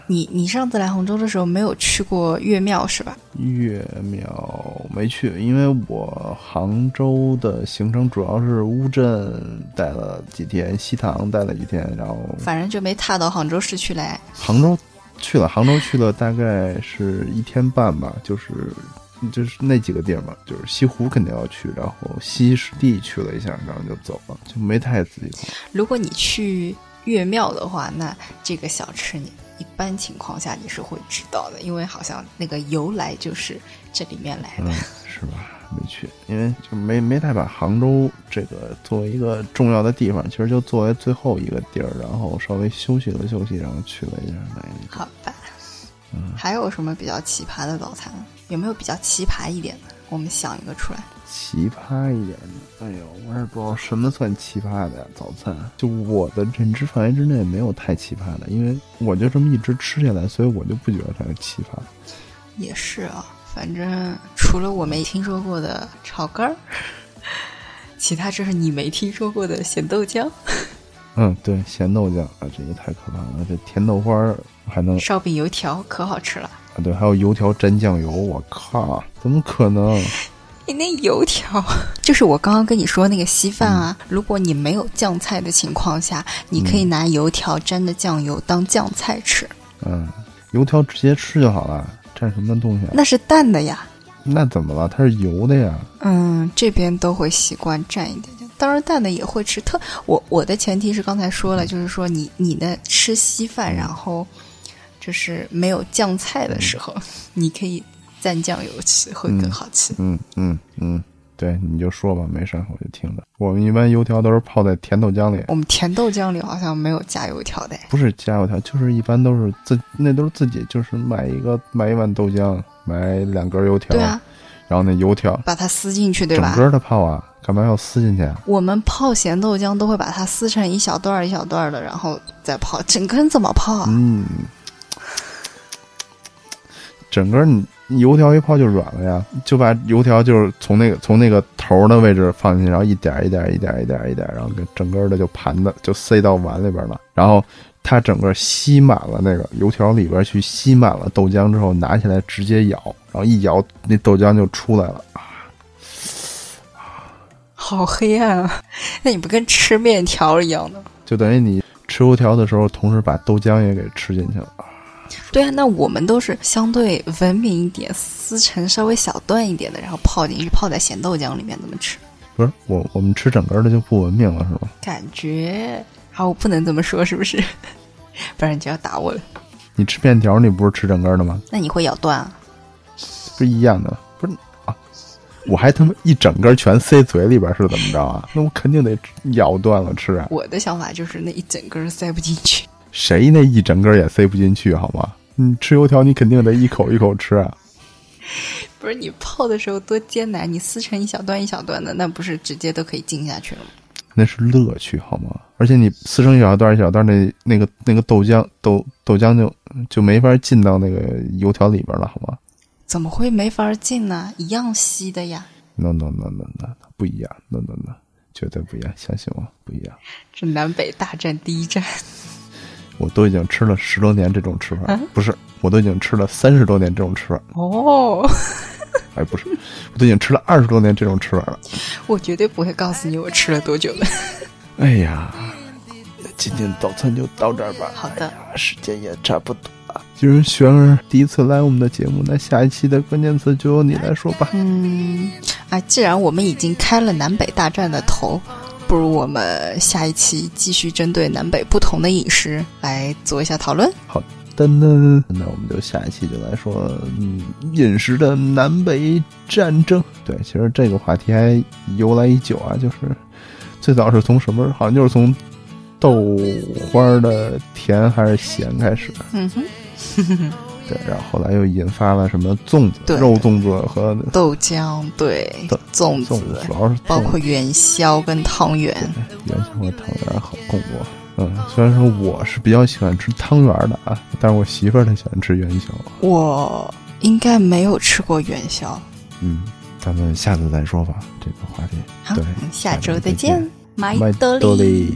你你上次来杭州的时候没有去过岳庙是嗯吧？月庙没去，因为我杭州的行程主要是乌镇待了几天，西塘待了几天，然后反正就没踏到杭州市区来。杭州去了，杭州去了大概是一天半吧，就是就是那几个地儿嘛，就是西湖肯定要去，然后西湿地去了一下，然后就走了，就没太仔细逛。如果你去岳庙的话，那这个小吃你一般情况下你是会知道的，因为好像那个由来就是这里面来的嗯。，是吧？没去，因为就没没太把杭州这个作为一个重要的地方，其实就作为最后一个地儿，然后稍微休息了休息，然后去了一下那个地方。好吧。还有什么比较奇葩的早餐？有没有比较奇葩一点的？我们想一个出来。奇葩一点的，哎呦，我也不知道什么算奇葩的呀。早餐就我的认知范围之内没有太奇葩的，因为我就这么一直吃下来，所以我就不觉得它是奇葩。也是啊，反正除了我没听说过的炒肝儿， 其他就是你没听说过的咸豆浆、嗯，对，咸豆浆啊，这也太可怕了。这甜豆花儿还能烧饼、油条，可好吃了。啊，对，还有油条蘸酱油，我靠，怎么可能？你那油条， 就是我刚刚跟你说那个稀饭啊。如果你没有酱菜的情况下，你可以拿油条沾着酱油当酱菜吃，嗯，油条直接吃就好了，蘸什么东西啊？那是淡的呀。那怎么了？它是油的呀。嗯，这边都会习惯蘸一点点，当然淡的也会吃。特我我的前提是刚才说了，就是说你你的吃稀饭，然后就是没有酱菜的时候， 你可以蘸酱油吃，会更好吃。嗯嗯嗯，对，你就说吧，没事儿，我就听着。我们一般油条都是泡在甜豆浆里，我们甜豆浆里好像没有加油条的，不是加油条，就是一般都是自那都是自己，就是买一个买一碗豆浆，买两根油条，对啊，然后那油条把它撕进去，对整吧？个的泡啊，干嘛要撕进去啊？我们泡咸豆浆都会把它撕成一小段儿一小段儿的，然后再泡，整根怎么泡啊？嗯，整个你油条一泡就软了呀，就把油条就是从那个从那个头儿的位置放进去，然后一点儿一点儿一点儿一点儿一点儿，然后给整个的就盘的就塞到碗里边了，然后它整个吸满了那个油条里边去吸满了豆浆之后，拿起来直接咬，然后一咬那豆浆就出来了。好黑暗啊！ 那你不跟吃面条一样的吗？就等于你吃油条的时候，同时把豆浆也给吃进去了。对啊，那我们都是相对文明一点，撕成稍微小段一点的，然后泡进去，泡在咸豆浆里面怎么吃？不是我，我们吃整个的就不文明了，是吗？感觉啊好，我不能这么说，是不 是？不然你就要打我了。你吃面条，你不是吃整个的吗？那你会咬断啊？不是一样的吗，不是啊？我还他妈一整根全塞嘴里边是怎么着啊？那我肯定得咬断了吃啊！我的想法就是那一整根儿塞不进去。 谁那一整根也塞不进去好吗？你吃油条，你肯定得一口一口吃啊！不是你泡的时候多艰难，你撕成一小段一小段的，那不是直接都可以进下去了吗？那是乐趣好吗？而且你撕成一小段一小段，那那个那个豆浆豆豆浆就就没法进到那个油条里边了好吗怎么会没法进呢？一样稀的呀， ？No no no no no，no，不一样，no no no，绝对不一样，相信我，不一样。这南北大战第一站。我都已经吃了十多年这种吃法，不是，我都已经吃了三十多年这种吃法，哦，哎，不是，我都已经吃了二十多年这种吃法了。 我绝对不会告诉你我吃了多久了。哎呀，那今天早餐就到这儿吧。好的哎呀时间也差不多了。既然璇儿第一次来我们的节目，那下一期的关键词就由你来说吧。嗯，啊，既然我们已经开了南北大战的头，不如我们下一期继续针对南北不同的饮食来做一下讨论。好的呢，那我们就下一期就来说，嗯，饮食的南北战争。对，其实这个话题还由来已久啊，就是最早是从什么，好像就是从豆花儿的甜还是咸开始，嗯哼， 对，然后后来又引发了什么粽子、对肉粽子和豆浆对豆，粽粽子，主要是包括粽子元宵跟汤圆。元宵和汤圆好供过。嗯，虽然说我是比较喜欢吃汤圆的啊，但是我媳妇儿她喜欢吃元宵。我应该没有吃过元宵。嗯，咱们下次再说吧，这个话题。好对，，下周再见，麦麦兜兜里。里。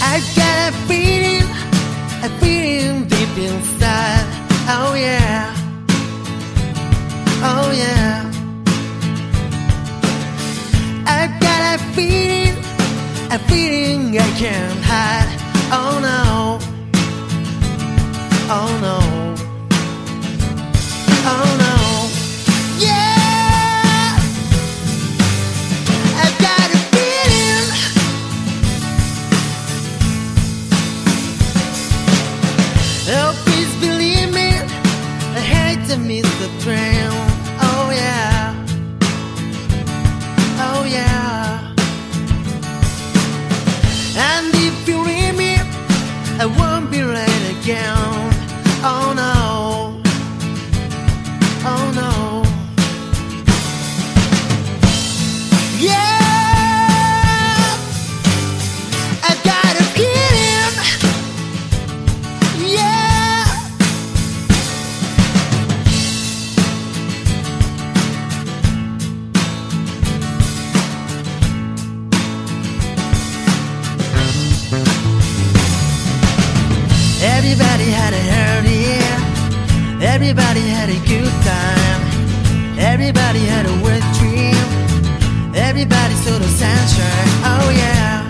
I got a feeling, a feeling deep inside. Oh yeah, oh yeah. I got a feeling, a feeling I can't hide. Oh no, oh no, oh no. Yeah, I got a feeling. Oh, please believe me, I hate to miss the train. Oh, yeah. Oh, yeah. And if you leave me, I won't be late again. Oh, no. Everybody had a holiday. Everybody had a good time. Everybody had a wet dream. Everybody saw the sunshine. Oh yeah. Oh,